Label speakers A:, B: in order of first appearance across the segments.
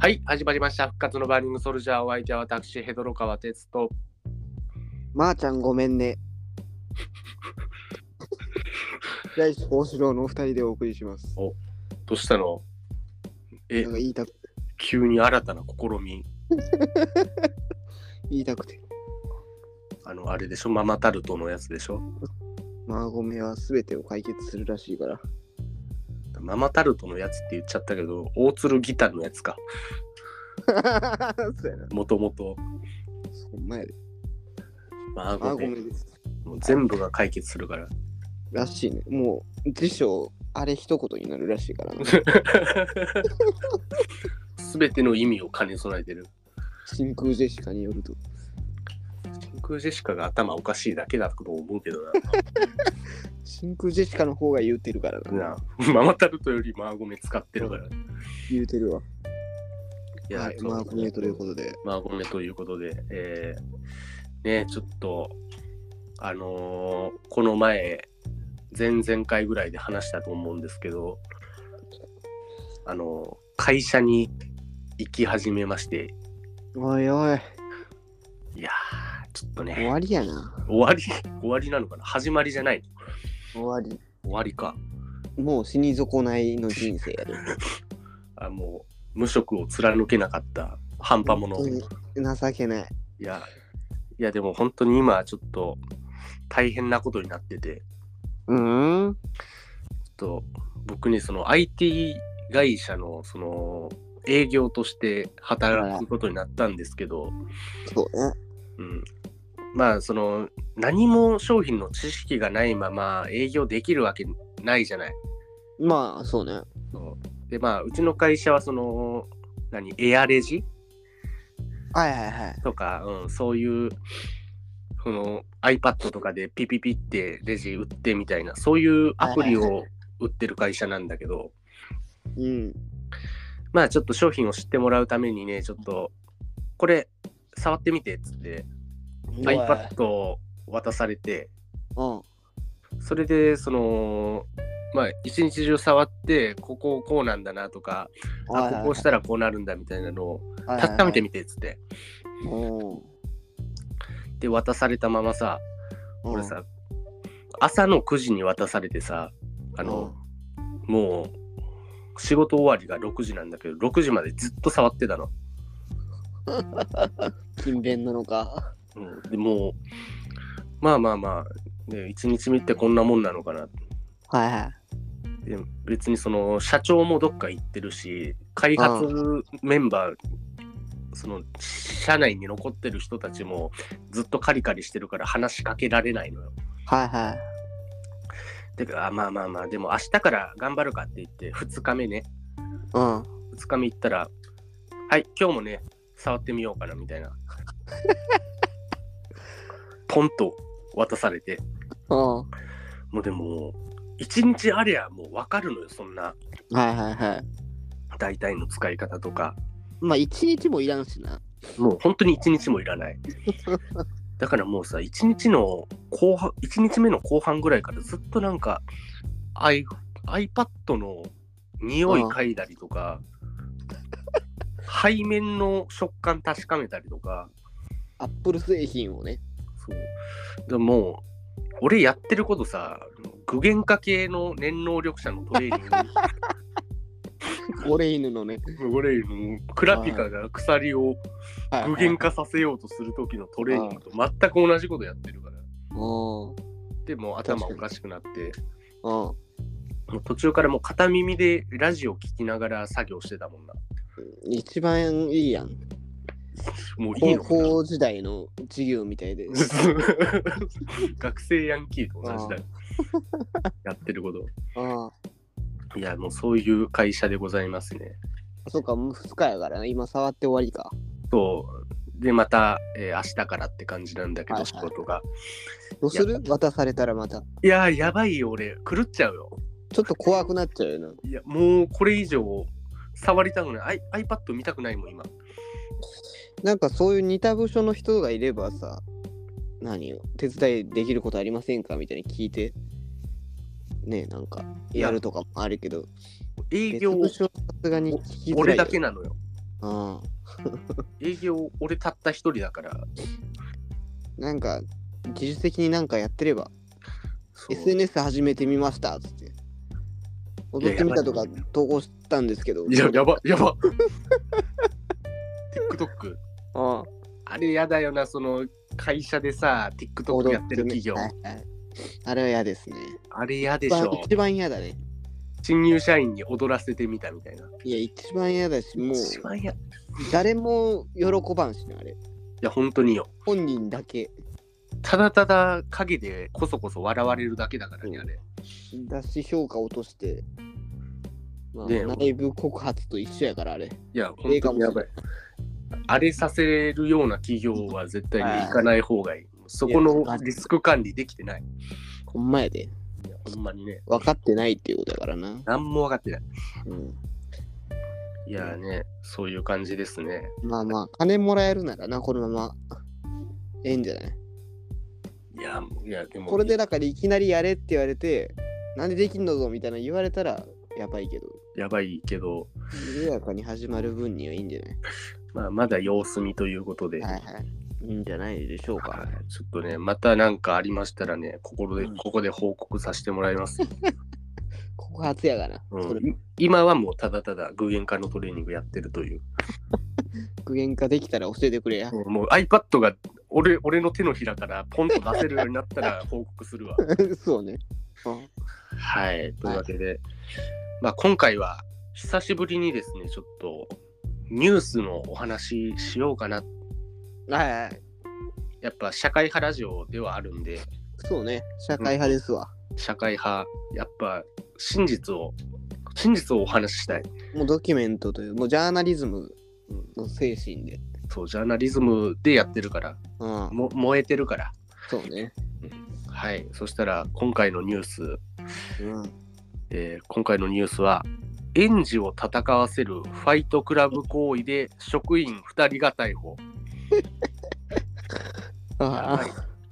A: はい、始まりました。復活のバーニングソルジャー。お相手は私、ヘドロ川哲と。
B: まー、ちゃんごめんね。大志幸四郎のお二人でお送りします。
A: どうしたのえ
B: なんか言いたく
A: 急に新たな試み。
B: 言いたくて。
A: あの、あれでしょママタルトのやつでしょ
B: まあごめんは全てを解決するらしいから。
A: ママタルトのやつって言っちゃったけど、大鶴ギターのやつか。
B: そうやな。
A: もともと。
B: ほんまやで。
A: まあ、
B: まあ
A: ご
B: ご
A: め
B: め
A: ん。
B: んです。
A: もう全部が解決する から。
B: らしいね。もう辞書、あれ一言になるらしいからな。
A: すべての意味を兼ね備えてる。
B: 真空ジェシカによると。
A: 真空ジェシカが頭おかしいだけだと思うけど
B: 真空ジェシカの方が言うてるからな。
A: な。なあママタルトよりマーゴメ使ってるから。い
B: 言うてるわ。
A: や
B: はい、
A: そう
B: まあごめんということで。
A: まあ、ごめんということで、えー、ねちょっと、あのーこの前、前々回ぐらいで話したと思うんですけど、あのー会社に行き始めまして、
B: おいおい、
A: いやー、ちょっと
B: 終
A: ね、
B: わりやな。
A: 終わり、終わりなのかな始まりじゃない。
B: 終わり。
A: 終わりか。
B: もう死に損ないの人生やで。
A: あもう、無職を貫けなかった半端者。
B: 本
A: い
B: 当に情けない。
A: や、いや、でも本当に今、ちょっと、大変なことになってて、
B: うーん。
A: ちょっと僕にその IT 会社のその営業として働くことになったんですけど、
B: そうね。
A: うん、まあその何も商品の知識がないまま営業できるわけないじゃない。
B: まあ、そうね。
A: そうでまあうちの会社はその何エアレジ
B: はいはいはい。
A: とか、うん、そういうその iPad とかでピピピってレジ売ってみたいなそういうアプリを売ってる会社なんだけど。
B: うん。
A: まあちょっと商品を知ってもらうためにね、ちょっと、これ、触ってみてっつって、iPad を渡されて、
B: うん。
A: それで、その、まあ一日中触って、こここうなんだなとか、あ、ここしたらこうなるんだみたいなのを、確かめて
B: み
A: みてっつって。
B: うん。
A: で、渡されたままさ、
B: こ
A: 俺、さ、朝の9時に渡されてさ、あの、もう、仕事終わりが6時なんだけど、6時までずっと触ってたの。
B: 勤勉なのか。
A: うん、でもうまあまあまあ、ね、1日目ってこんなもんなのかな
B: はいはい。
A: で別にその社長もどっか行ってるし開発メンバー、その社内に残ってる人たちもずっとカリカリしてるから話しかけられないのよ。
B: はいは
A: てかあまあまあまあでも明日から頑張るかって言って2日目ね
B: い。
A: 2日目行ったら「はい今日もね触ってみようかな」みたいなポンと渡されて
B: うん。うん。
A: もうでも、一日ありゃもう分かるのよ、そんな
B: はいはいはい。
A: 大体の使い方とか。
B: まあ、一日もいらんしな。
A: もう本当に一日もいらない。だからもうさ、一日の後半、一日目の後半ぐらいからずっとなんか、I、iPad の匂い嗅いだりとか、背面の食感確かめたりとか、
B: アップル製品 をね。
A: そう。でもう、俺やってることさ、具現化系の念能力者のトレーニング
B: オレイヌのね。
A: これもうクラピカが鎖を
B: は
A: 具現化させようとする時のトレーニングと全く同じことやってるから。
B: うん。
A: でもう頭おかしくなって、
B: うん。
A: もう途中からもう片耳でラジオ聞きながら作業してたもんな。
B: 一番いいやん。
A: もういい
B: 高
A: のかな
B: 校時代の授業みたいで。
A: 学生ヤンキーと同じだよ。やってること。
B: うん。
A: いや、もうそういう会社でございますね。
B: そうか、もう2日やからな。今触って終わりか。
A: そう。で、また、えー明日からって感じなんだけ
B: はいは
A: ど、
B: い
A: 仕事が。
B: どうする渡されたらまた。
A: いやー、やばいよ、俺。狂っちゃうよ。
B: ちょっと怖くなっちゃうよな。
A: いや、もうこれ以上触りたくない。アイ iPad 見たくないもん、今。
B: なんかそういう似た部署の人がいればさ、何よ、手伝いできることありませんかみたいに聞いて、ねえ、なんか、
A: いや
B: やるとかもあるけど、
A: 営
B: 別
A: 業
B: 部署はさすがに聞きづら
A: 俺
B: いよ
A: だけなのよ
B: ああ
A: 営業俺たった一人だから
B: なんか、技術的になんかやってれば、
A: そう
B: SNS 始めてみましたっつって。踊ってみたとか
A: やばい
B: 投稿したんですけど。
A: いややばやば TikTok
B: ああ
A: あれやだよなその会社でさ TikTok やってる企業
B: はいはいあれは嫌ですね。
A: あれやで
B: 一
A: し
B: 番
A: ょ
B: 一番嫌だね。
A: 新入社員に踊らせてみたみたいない
B: や、一番嫌だし、もう、
A: 一番やい
B: 誰も喜ばんしね、あれ。
A: や本当によ
B: 本人だけ
A: ただただ陰でこそこそ笑われるだけだからね
B: うん
A: あれ
B: だし、評価落として、まあ、
A: ねえ
B: 内部告発と一緒やから、あれ。
A: いや本当にやばいあれさせるような企業は絶対に行かない方がいいそこのリスク管理できてない
B: ほんまやで。
A: いやほんまにね
B: 分かってないっていうことやからな。
A: 何も分かってない
B: うん、
A: いやーねそういう感じですね
B: まあまあ、金もらえるならな、このまま。ええんじゃない
A: いやもういやでも
B: これでだからいきなりやれって言われて、なんでできんのぞみたいな言われたらやばいけど、
A: やばいけど、
B: 緩やかに始まる分にはいいんじゃない
A: まあ、まだ様子見ということで、
B: はいはい。いいんじゃないでしょう
A: は
B: か。
A: いちょっとねまた何かありましたらねここで、
B: うん
A: ここで報告させてもらいます、
B: 告発やから。
A: う
B: それ
A: ん、い今はもうただただ具現化のトレーニングやってるという、
B: 具現化できたら教えてくれや。
A: もう iPad が俺俺の手のひらからポンと出せるようになった ら報告するわ
B: そうね。あ
A: はいというわけで、まあ今回は久しぶりにですねちょっとニュースのお話ししようかな
B: はいはい。
A: やっぱ社会派ラジオではあるんで
B: そうね。社会派ですわ。
A: 社会派やっぱ真実を真実をお話ししたい
B: もうドキュメントという、もうジャーナリズムの精神で。
A: そうジャーナリズムでやってるから
B: うん。
A: も燃えてるから
B: そうね。
A: はいそしたら今回のニュース、
B: うん。
A: えー今回のニュースは園児を戦わせるファイトクラブ行為で職員2人が逮捕やば
B: あ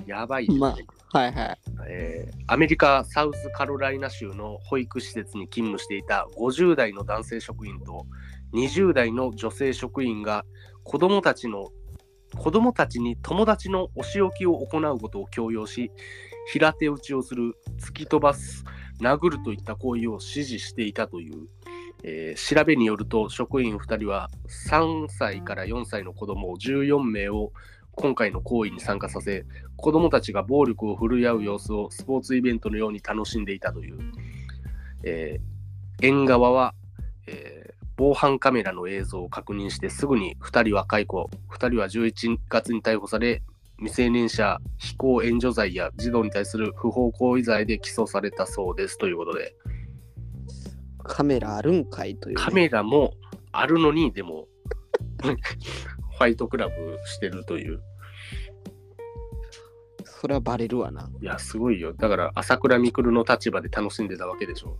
A: いやばいですね、
B: まああ、はいはい。
A: えーアメリカ・サウスカロライナ州の保育施設に勤務していた50代の男性職員と20代の女性職員が子供たちの子供たちに友達のお仕置きを行うことを強要し平手打ちをする突き飛ばす殴るといった行為を指示していたという、えー調べによると職員2人は3歳から4歳の子供14名を今回の行為に参加させ子供たちが暴力を振るい合う様子をスポーツイベントのように楽しんでいたという、えー園側は、えー防犯カメラの映像を確認してすぐに2人は解雇2人は11月に逮捕され未成年者非行援助罪や児童に対する不法行為罪で起訴されたそうですということで
B: カメラあるんかいというね、
A: カメラもあるのにでも ファイトクラブしてるという
B: それはバレるわな。
A: いやすごいよだから朝倉未来の立場で楽しんでたわけでしょ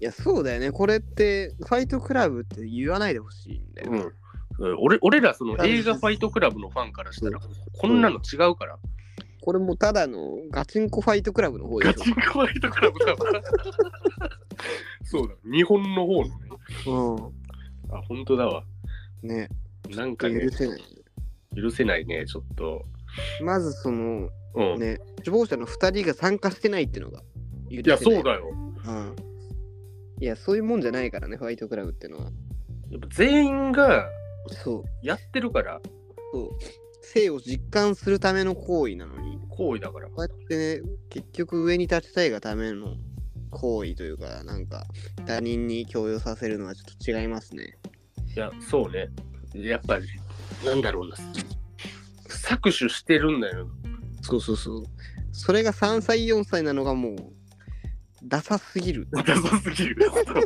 B: いや、そうだよね。これって、ファイトクラブって言わないでほしいんだよ。
A: うん、俺俺らその映画「ファイトクラブ」のファンからしたらこんなの違うから、
B: これもただのガチンコファイトクラブの方で
A: ガチンコファイトクラブ だからそうだ日本の方のね
B: しょ。
A: あ本当だわ
B: うん。ね。
A: なんかね
B: 許せない。
A: 許せないねちょっと
B: まずその、
A: うん、
B: ね、首謀者の2人が参加してないってのが許せない。
A: いやそう。だよ
B: うん。いや、そういうもんじゃないからね、ファイトクラブってのは。
A: やっぱ全員が
B: そう。
A: やってるから
B: そう。性を実感するための行為なのに、
A: 行為だから
B: こうやってね、結局上に立ちたいがための行為というか、なんか、他人に強要させるのはちょっと違いますね。
A: いやそうねやっぱりなんだろうな搾取してるんだよ
B: そうそうそう。それが3歳、4歳なのがもう、ダサすぎる。
A: ダサすぎ るほんま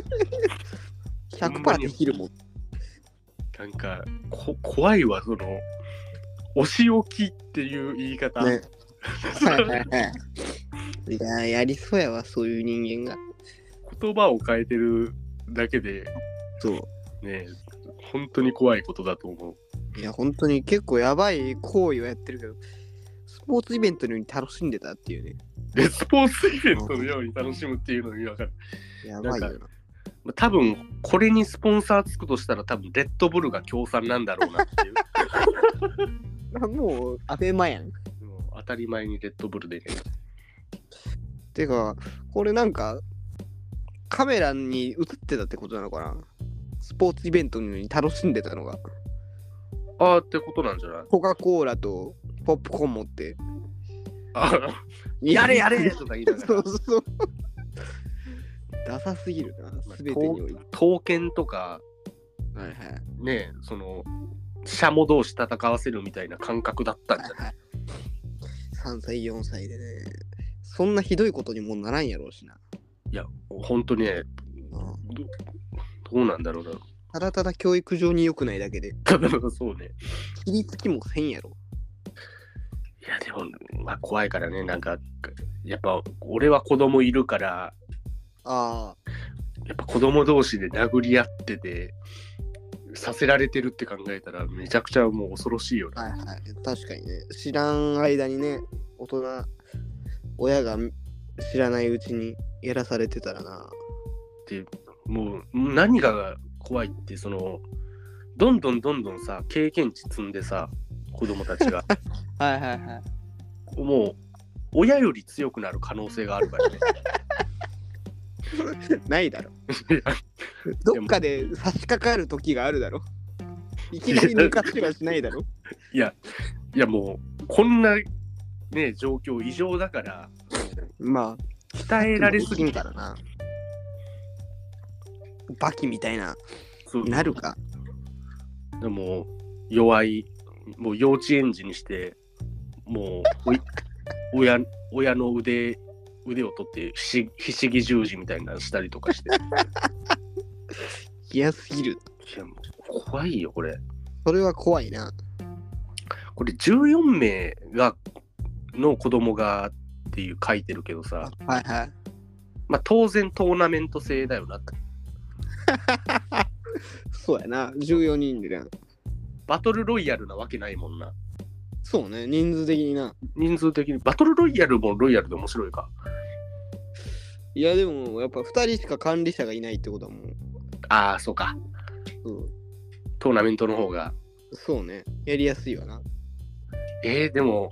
B: 100%
A: に
B: できるもん。
A: なんかこ怖いわそのお仕置きっていう言い方、
B: ね。はいはい はい。いやー、やりそうやわ、そういう人間が。
A: 言葉を変えてるだけで
B: そう。
A: ね本当に怖いことだと思う
B: いや、本当に結構やばい行為をやってるけど、スポーツイベントのように楽しんでたっていうね。
A: でスポーツイベントのように楽しむっていうのに分かる。
B: やばいよ
A: なん
B: な。
A: まあ多分これにスポンサーつくとしたら多分レッドブルが協賛なんだろうなって いう。
B: あもう、アベマやん。
A: もう当たり前にレッドブルでね。
B: てか、これなんか、カメラに映ってたってことなのかなスポーツイベントのように楽しんでたのが。
A: ああってことなんじゃない
B: コカ・コーラとポップコーン持って。
A: あーやれやれとか言いなが
B: そ
A: ら
B: う。そう。ダサすぎるな、
A: まあ
B: すべてにおいて。
A: 刀剣とか
B: はいはい。
A: ねそのシャモ同士戦わせるみたいな感覚だったんじゃない
B: 3歳、4歳でね。そんなひどいことにもならんやろうしな。
A: いや本当にねどどうなんだろうな
B: ただただ教育上に良くないだけで、
A: ただそうね
B: 切りつきもせんやろ。
A: いやでもまあ怖いからねなんかやっぱ俺は子供いるから
B: あ
A: やっぱ子供同士で殴り合っててさせられてるって考えたらめちゃくちゃもう恐ろしいよね
B: あ、はいはい。確かにね。知らん間にね、大人、親が知らないうちにやらされてたらな。
A: もう何が怖いってそのどんどんどんどんさ経験値積んでさ子供たちが
B: はいはいはい。
A: もう親より強くなる可能性があるからね
B: ないだろ
A: いや。
B: どっかで差し掛かる時があるだろ。いきなり抜かしてはしないだろ。
A: いやもうこんなね状況異常だから
B: まあ、
A: 鍛えられすぎ
B: ん
A: た
B: からな。バキみたいな、
A: そう
B: なるか。
A: でも弱いもう幼稚園児にしてもうおい親親の腕腕を取ってひしひしぎ十字みたいなのしたりとかしてい
B: 嫌すぎる。
A: やもう怖いよこれ
B: それは怖いな。
A: これ14名がの子供がっていう書いてるけどさ、
B: はいはい。
A: まあ、当然トーナメント制だよな
B: そうやな。14人でな。
A: バトルロイヤルなわけないもんな
B: そうね。人数的にな。
A: 人数的にバトルロイヤルもロイヤルで面白いか
B: いやでも、やっぱ2人しか管理者がいないってことはもう。
A: ああそうか
B: うん
A: トーナメントの方が
B: そうね。やりやすい わな。
A: えー、でも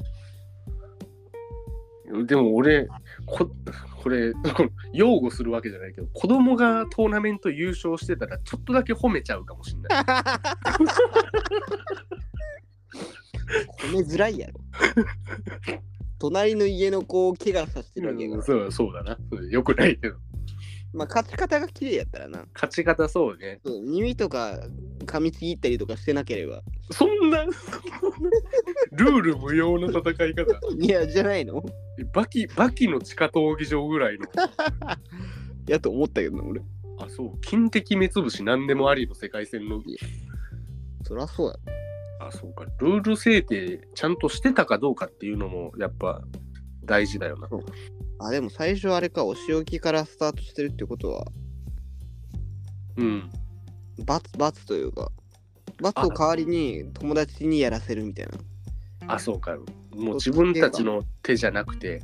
A: でも俺ここれ 擁護するわけじゃないけど子供がトーナメント優勝してたらちょっとだけ褒めちゃうかもしんない
B: 褒めづらいやろ。隣の家の子を怪我させてるわけやか
A: う
B: ら
A: んそうそうだなよくないけど
B: まあ、勝ち方が綺麗やったらな。
A: 勝ち方そうね
B: そう耳とか噛みちぎったりとかしてなければ。
A: そんな、ルール無用な戦い方。
B: いや、じゃないの
A: バキ、バキの地下闘技場ぐらいの。
B: やと思ったけどな、俺。
A: あ、そう、金的目つぶし何でもありの世界戦の。
B: そらそうや。
A: あ、そうか。ルール制定ちゃんとしてたかどうかっていうのも、やっぱ大事だよな。
B: あ、でも最初あれか、お仕置きからスタートしてるってことは、
A: うん。
B: 罰、罰というか、罰を代わりに友達にやらせるみたいな。
A: あ、そうか。もう自分たちの手じゃなくて。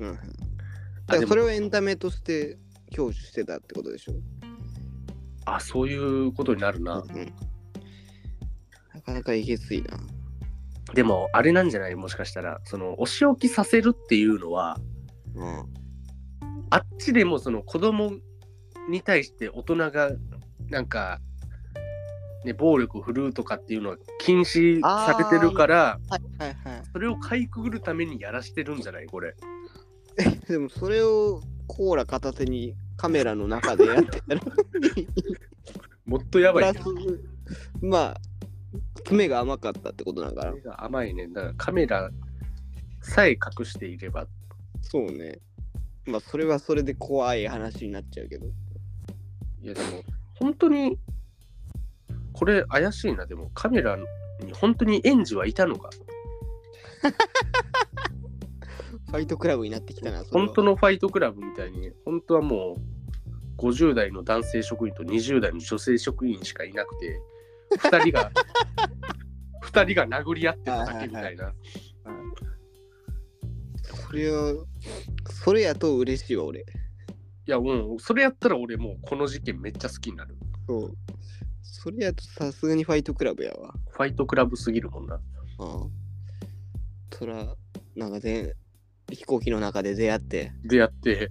B: うん。
A: あ、
B: だか
A: で
B: らそ
A: も、
B: れをエンタメとして享受してたってことでしょ。
A: あ、そういうことになるな。
B: うん。なかなかえげついな。
A: でも、あれなんじゃないもしかしたら、その、お仕置きさせるっていうのは、
B: うん。
A: あっちでもその子供に対して大人がなんか、ね、暴力を振るうとかっていうのは禁止されてるから
B: はいはいはい。
A: それをかいくぐるためにやらしてるんじゃないこれ
B: でもそれをコーラ片手にカメラの中でやってたら
A: もっと や
B: プ
A: ば
B: ラ
A: い
B: スまあ爪が甘かったってことだから
A: 目が甘いねだからカメラさえ隠していれば
B: そうねまあそれはそれで怖い話になっちゃうけど
A: いやでも本当にこれ怪しいなでもカメラに本当に園児はいたのか
B: ファイトクラブになってきたなそれは
A: 本当のファイトクラブみたいに本当はもう50代の男性職員と20代の女性職員しかいなくて2人が二人が殴り合ってただけみたいな。
B: それは、それやと嬉しいわ、俺。
A: いや、うん、それやったら俺もうこの事件めっちゃ好きになる。
B: そう。それやとさすがにファイトクラブやわ。
A: ファイトクラブすぎるもんな。
B: うん。そら、なんか全、飛行機の中で出会って、
A: でやって、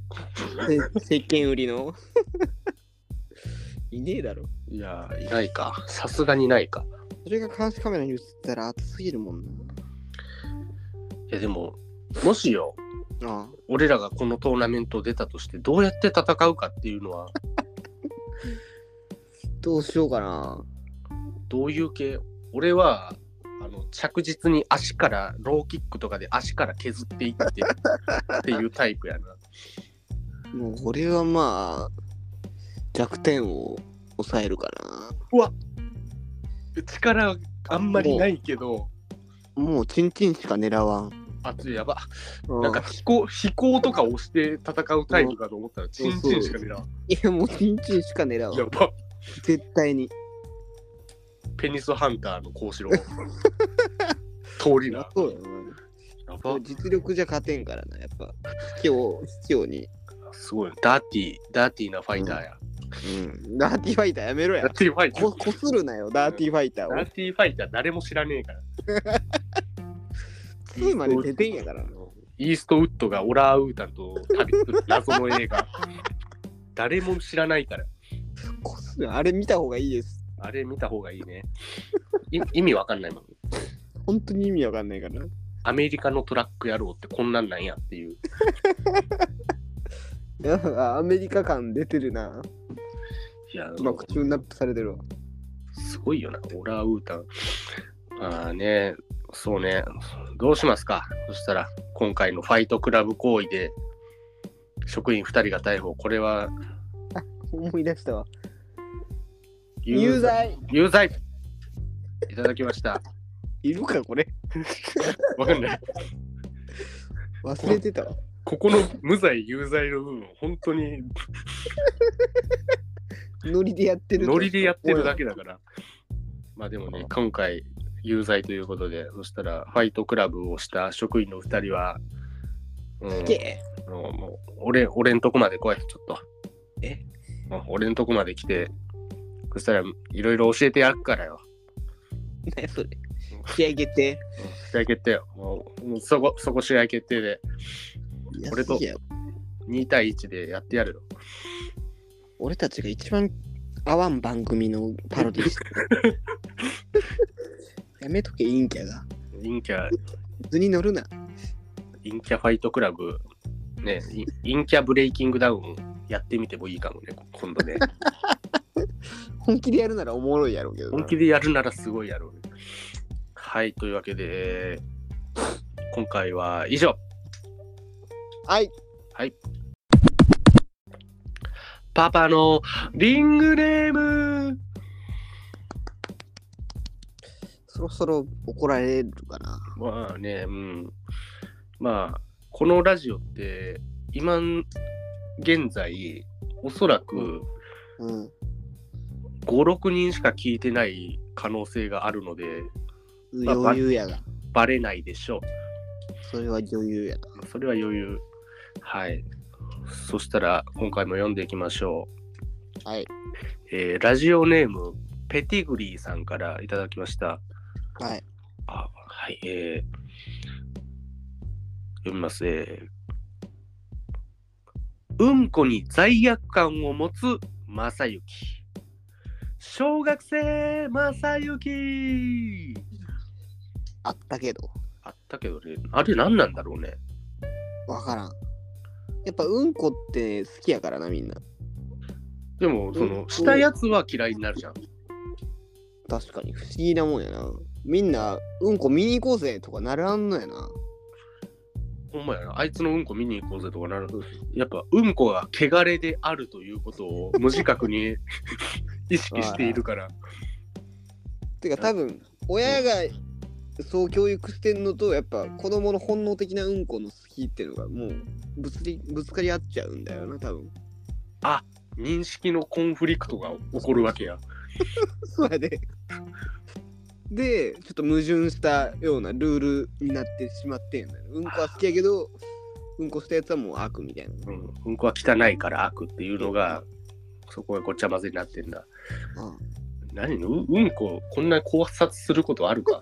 B: で石鹸売りの。 いねえだろ。
A: いや、いないか。さすがにないか。
B: それが監視カメラに映ったら熱すぎるもん
A: いや、でも、もしよ、
B: な。ああ。
A: 俺らがこのトーナメント出たとして、どうやって戦うかっていうのは、
B: どうしようかな。
A: どういう系俺は、あの着実に足からローキックとかで足から削っていってっていうタイプやな。
B: もう俺はまあ、弱点を抑えるか
A: 力あんまりないけど、
B: な。もうチンチンしか狙わん。
A: あちょやば。
B: な
A: なんか飛行飛行とか押して戦うタイプかと思ったら、チンチンしか狙わん。
B: いやもうチンチンしか狙
A: や
B: う。
A: ば。
B: 絶対に。
A: ペニスハンターの幸四 郎。通りな。
B: そうだ
A: やば
B: な。。実力じゃ勝てんからな、やっぱ。卑怯、卑怯に。
A: すごい。ダーティー、ダーティーなファイターや。
B: うん。ダーティーファイターやめろ
A: ダ
B: や
A: ー。ティーファイタ
B: こ
A: ー。
B: こするなよ、ダーティーファイター
A: ダ
B: を
A: ー。ティーファイター誰も知らねえから。
B: 2まで出てんやからな。
A: イーストウッドがオラーウータンと旅する謎の映画。誰も知らないから。
B: こするあれ見た方がいいです。
A: あれ見た方がいいね。い意味わかんないもん。
B: 本当に意味わかんないから。
A: アメリカのトラック野郎ってこんなんなんやっていう。
B: やっぱアメリカ感出てるな。
A: いや、
B: 今、チューンナップされてるわ。
A: すごいよな、オラウータン。まあね、そうね、どうしますかそしたら、今回のファイトクラブ行為で、職員2人が逮捕、これは
B: 思い出したわ。
A: 有罪
B: 有罪
A: 有罪いただきました。
B: いるか、これ。
A: わかんない。
B: 忘れてたわ。
A: ここの無罪、有罪の部分、本当に
B: ノリでやってる。
A: ノリでやってるだけだから。まあでもね、今回、有罪ということで、そしたら、ファイトクラブをした職員の2人は、うん
B: け。
A: もうもう俺、俺んとこまで来い、ちょっと。
B: え
A: もう俺んとこまで来て、そしたらいろいろ教えてやっからよ。
B: 何それ。仕上げて。
A: 試合決定よ。もうもうそこ、そこ試合決定で、俺と
B: いや
A: 2対1でやってやるよ。
B: 俺たちが一番合わん番組のパロデ ィしてるやめとけ、陰キャが。
A: 陰キャ、
B: 図に乗るな。
A: 陰キャファイトクラブ、ね、い陰キャブレイキングダウンやってみてもいいかもね、今度ね。
B: 本気でやるならおもろい やろうけどな。
A: 本気でやるならすごいやろうね。はい、というわけで、えー今回は以上。
B: はい。
A: パパのリングネーム
B: そろそろ怒られるかな。
A: まあね、うん。まあ、このラジオって、今ん、現在、おそらく
B: うん。
A: 5、6人しか聞いてない可能性があるので、まあ
B: 余裕やが。
A: バレないでしょ
B: それは余裕やが。
A: う。それは余裕。はい。そしたら、今回も読んでいきましょう。
B: はい。
A: えーラジオネーム、ペティグリーさんからいただきました。
B: はい。
A: あはい、えー読みます、えーうんこに罪悪感を持つ正幸。小学生正幸
B: あったけど。
A: あったけどね、あれ何なんだろうね。
B: わからん。やっぱうんこって好きやからな、みんな。
A: でも、そ
B: うん
A: の、したやつは嫌いになるじゃん。
B: 確かに不思議なもんやな。みんな、うんこ見に行こうぜとかならんのやな。
A: ほんまやな、あいつのうんこ見に行こうぜとかなる。やっぱ、うんこが汚れであるということを無自覚に 意識しているから。
B: てか多分親がそう教育してんのとやっぱ子供の本能的なうんこの好きっていうのがもうぶつりぶつかり合っちゃうんだよな多分
A: 認識のコンフリクトが起こるわけや。
B: そうやででちょっと矛盾したようなルールになってしまってんだようんこは好きやけどうんこしたやつはもう悪みたいな
A: うん、うんこは汚いから悪っていうのが、そこがごっちゃまぜになってんだ。
B: あ
A: 何ううんこ、こんな考察することあるかは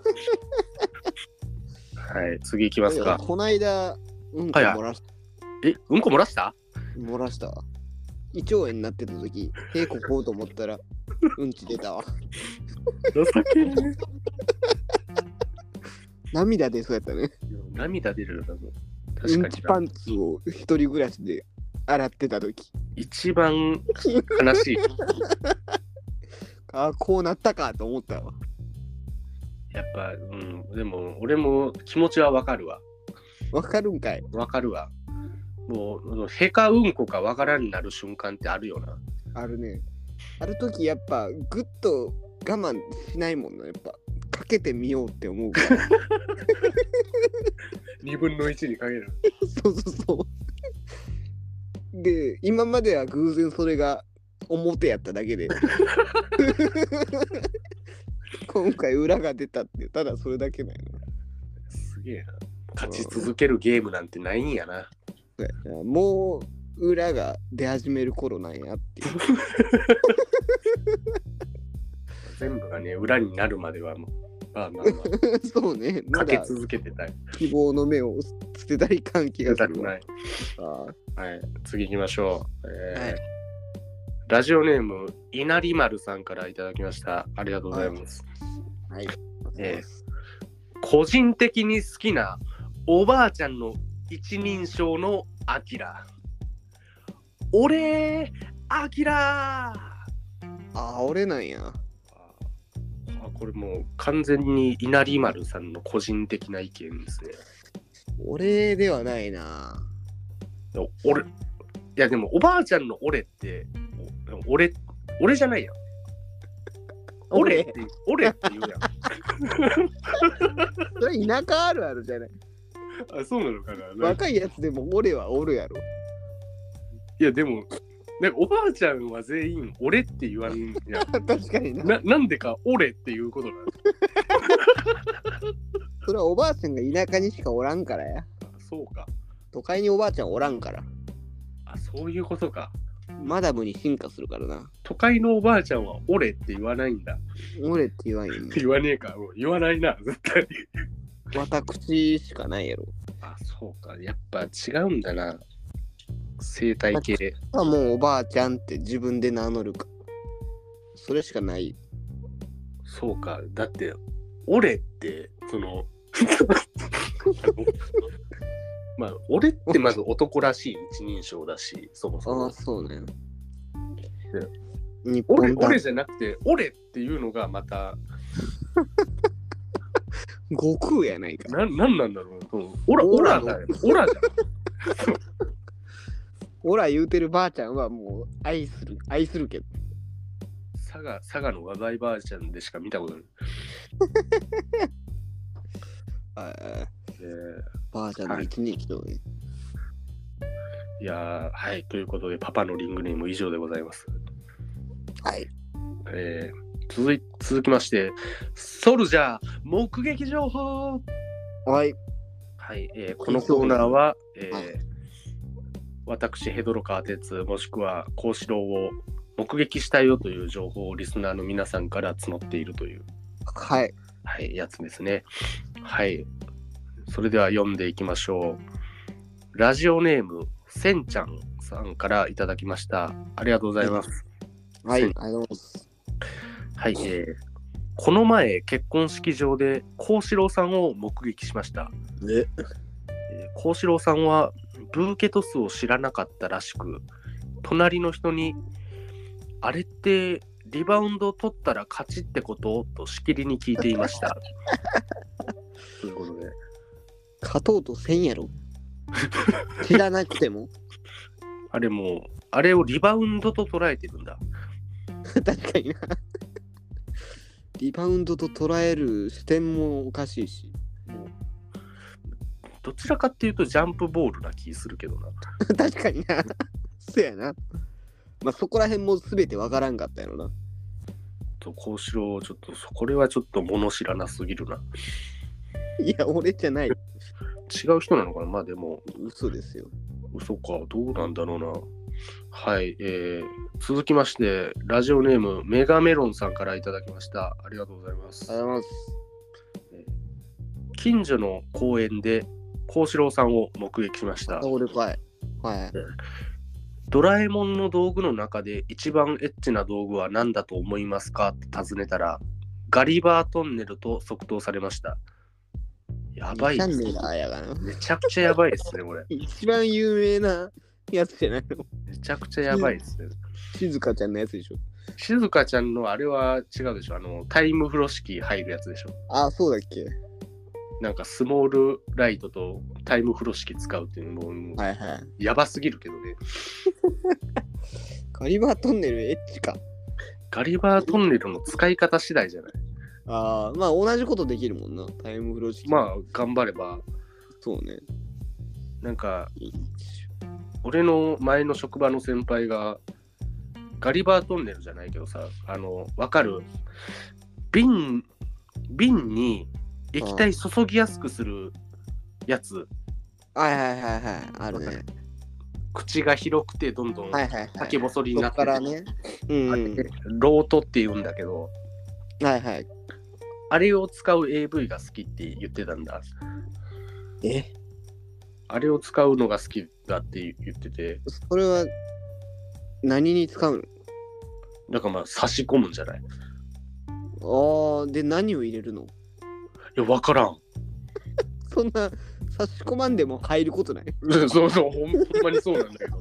A: い、次行きますか。
B: こないだうんこ
A: はいはい
B: 漏らし
A: え、うんこ漏らした
B: 漏らしたわ胃腸炎になってた時屁ここうと思ったらうんち出たわ
A: 情けね
B: 涙出そうやったね
A: 涙出るよ、多分。
B: う
A: 確か
B: んち
A: に
B: パ
A: な。
B: ンツを一人暮らしで洗ってた時
A: 一番悲しい。い
B: ああこうなったかと思ったわ
A: やっぱ、うん、でも、俺も気持ちはわかるわ。
B: わかるんかい
A: わかるわ。もう、あのへかうんこかわからんになる瞬間ってあるよな。
B: あるねある時やっぱグッと我慢しないもんなやっぱかけてみようって思 うから
A: 2分の1にかける。
B: そうそうそうで今までは偶然それが表やった だけで今回裏が出たってただそれだけなんや
A: すげえな。勝ち続けるゲームなんてないんやな。
B: なもう裏が出始める頃なんやっていう
A: 全部がね、裏になるまではもう、まあまあ ま
B: そうね
A: あ、
B: ま
A: かけ
B: だ
A: 続けてたい。
B: 希望の目を捨てたり関係
A: 出
B: がす
A: た
B: る
A: く
B: わ
A: ない。
B: あー
A: はい、次行きましょう。えー
B: はい
A: ラジオネーム、いなりまるさんからいただきました。ありがとうございます。
B: はい
A: え個人的に好きなおばあちゃんの一人称のアキラ。俺、アキラ
B: あー俺なんや
A: あこれもう完全に稲荷丸さんの個人的な意見ですね。
B: 俺ではないな
A: でも俺、いやでもおばあちゃんの俺って、お俺、俺じゃないやん。俺って、俺って言うやん。
B: それ田舎あるあるじゃない
A: あそうなのかななんか
B: 若いやつでも俺はおるやろ
A: いやでも、なんかおばあちゃんは全員俺って言わんや ん。
B: 確かにな
A: ななんでか俺っていうことなの
B: それはおばあちゃんが田舎にしかおらんからや
A: そうか。
B: 都会におばあちゃんおらんから
A: あ、そういうことか。
B: マダムに進化するからな
A: 都会のおばあちゃんは俺って言わないんだ。
B: 俺って言わんよね
A: 言わねえか。うん言わないな、絶対。
B: 私しかないやろ
A: あ、そうか。やっぱ違うんだな。生態系。
B: あもうおばあちゃんって自分で名乗るかそれしかない
A: そうか。だって、俺って、その、 あのまあ、俺ってまず男らしい一人称だし、そもそ
B: ああ
A: も。
B: そうね
A: で
B: 日
A: 俺
B: 本
A: 俺
B: だ
A: じゃなくて、俺っていうのがまた、
B: 悟空やないか
A: なんなんなんだろう。そのオラ、オ
B: オ
A: ラ
B: ラ
A: だよ。オラじ
B: オラ言うてるばあちゃんはもう愛する愛するけど
A: ゃん。佐賀、佐賀の話題ばあちゃんでしか見たことない。
B: ああ
A: えー
B: ばあちゃんの一日とね
A: いやーはい。ということで、パパのリングネーム以上でございます。
B: はい
A: えー続い続きまして、ソルジャー目撃情報
B: はい
A: はい、えーこのコーナーは、えー
B: はい
A: 私、ヘドロカー鉄、もしくは幸四郎を目撃したよという情報をリスナーの皆さんから募っているという、
B: はい
A: はい、やつですね。はい。それでは読んでいきましょう。ラジオネーム、せんちゃんさんからいただきました。ありがとうございます。
B: は
A: せ
B: いあり
A: ん
B: がとうございます
A: はい、えーこの前結婚式場で幸四郎さんを目撃しました
B: え
A: えー幸四郎さんはブーケトスを知らなかったらしく隣の人に「あれってリバウンド取ったら勝ちってこと?」としきりに聞いていましたということで
B: 勝とうとせんやろ 知らなくても
A: あれもうあれをリバウンドと捉えてるんだ
B: 確かになリバウンドと捉える視点もおかしいし
A: どちらかっていうとジャンプボールな気するけどな
B: 確かに なそやなまあそこら辺も全てわからんかったやろな
A: と、こうしろ、ちょっと、これはちょっと物知らなすぎるな。
B: いや、俺じゃない。
A: 違う人なのかなまあでも、
B: 嘘ですよ。
A: 嘘か、どうなんだろうな。はい、えー、続きまして、ラジオネーム、メガメロンさんからいただきました。ありがとうございます
B: あ。りがとうございます。
A: 近所の公園で、幸四郎さんを目撃しました
B: あ、。俺かい。はい。
A: ドラえもんの道具の中で一番エッチな道具は何だと思いますかって尋ねたら、ガリバートンネルと即答されました。やばい
B: チ
A: で
B: ャン
A: す
B: ネ
A: ね
B: ル。あやがな。
A: めちゃくちゃやばいですね、これ。
B: 一番有名なやつじゃないの。
A: めちゃくちゃやばいですね。
B: 静香ちゃんのやつでしょ。
A: 静香ちゃんのあれは違うでしょ。あの、タイム風呂敷入るやつでしょ。
B: あ、そうだっけ。
A: なんかスモールライトとタイム風呂敷使うっていうのもも
B: はいはい。
A: うやばすぎるけどね。
B: ガリバートンネルエッチか。
A: ガリバートンネルの使い方次第じゃない。
B: ああ、まあ同じことできるもんな。タイムフロー式。あ、
A: まあ、頑張れば。
B: そうね。
A: なんか、俺の前の職場の先輩がガリバートンネルじゃないけどさあのわかる瓶瓶に液体注ぎやすくするやつ、
B: はいはいはいはい。あるね。
A: 口が広くてどんどん
B: はいはいはい。
A: 先細りに
B: そ
A: なっ
B: って
A: て、
B: からね。うん、
A: あれねロートって言うんだけど
B: はいはい。
A: あれを使う AV が好きって言ってたんだ
B: え、
A: あれを使うのが好きだって言ってて
B: それは何に使う
A: なんかまあ差し込むんじゃないい
B: のああ、で何を入れるの
A: やわからん
B: そんな差し込まんでも入ることない。
A: そうそうほんほんまにそうなんだけど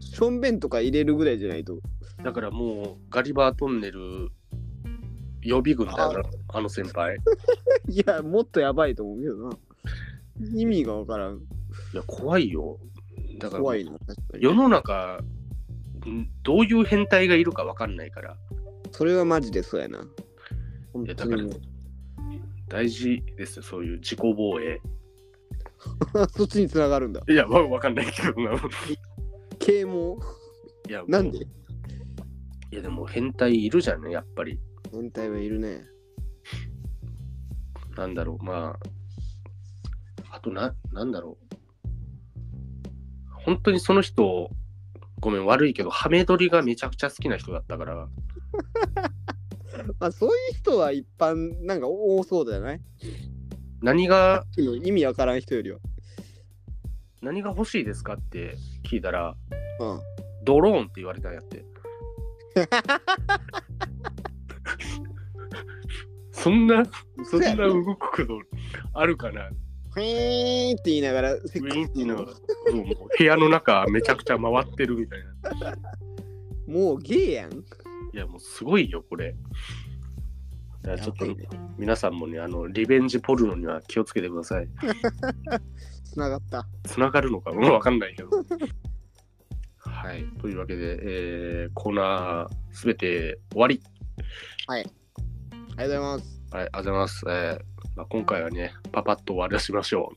B: しょんべんとか入れるぐらいじゃないと。
A: だからもうガリバートンネル予備軍だよなあの先輩
B: いや、もっとやばいと思うけどな。意味がわからん。
A: いや怖いよだから
B: 怖いな、確か
A: 世
B: に。
A: の中んどういう変態がいるか分かんないから
B: それはマジでそうやな。本
A: いや
B: 当
A: だから
B: にも
A: 大事ですよそういう自己防衛
B: う そっちに繋がるんだ。
A: いやわ分かんないけどな
B: 啓蒙
A: いやもう
B: なんで
A: いやでも変態いるじゃんねやっぱり
B: 変態はいるね。
A: なんだろうまああとななんだろう本当にその人ごめん悪いけどハメ撮りがめちゃくちゃ好きな人だったから
B: まあそういう人は一般なんか多そうじゃない
A: 何が
B: 意味わからん人よりは。
A: 何が欲しいですかって聞いたら、
B: うん。
A: ドローンって言われたんや って。そんな、そんな動くことあるかな
B: ふーんって言いながら、セ
A: ウィーンって言いなが
B: の
A: ら、そうもう部屋の中めちゃくちゃ回ってるみたいな。
B: もうゲーやん。
A: いや、もうすごいよ、これ。だからちょっと
B: やばいね
A: 皆さんもね、あの、リベンジポルノには気をつけてください。
B: つながった。
A: つながるのかもわかんないけ ど。はい。というわけで、えーコーナーすべて終わり。
B: ありがとうございます。
A: はい、ありがとうございます。えーまあ、今回はね、パパッと終わらしましょ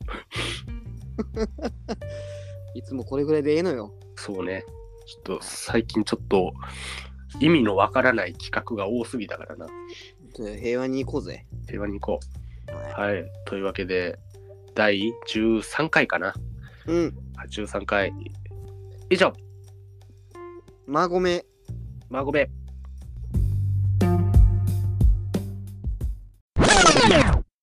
B: いつもこれぐらいでええのよ。
A: う。そうね。ちょっと最近ちょっと意味のわからない企画が多すぎたからな。
B: ちょっと平和に行こうぜ。
A: 平和に行こう。はい。というわけで、第13回かな。
B: うん。
A: あ13回。以上、
B: マーゴメ。
A: マーゴベ。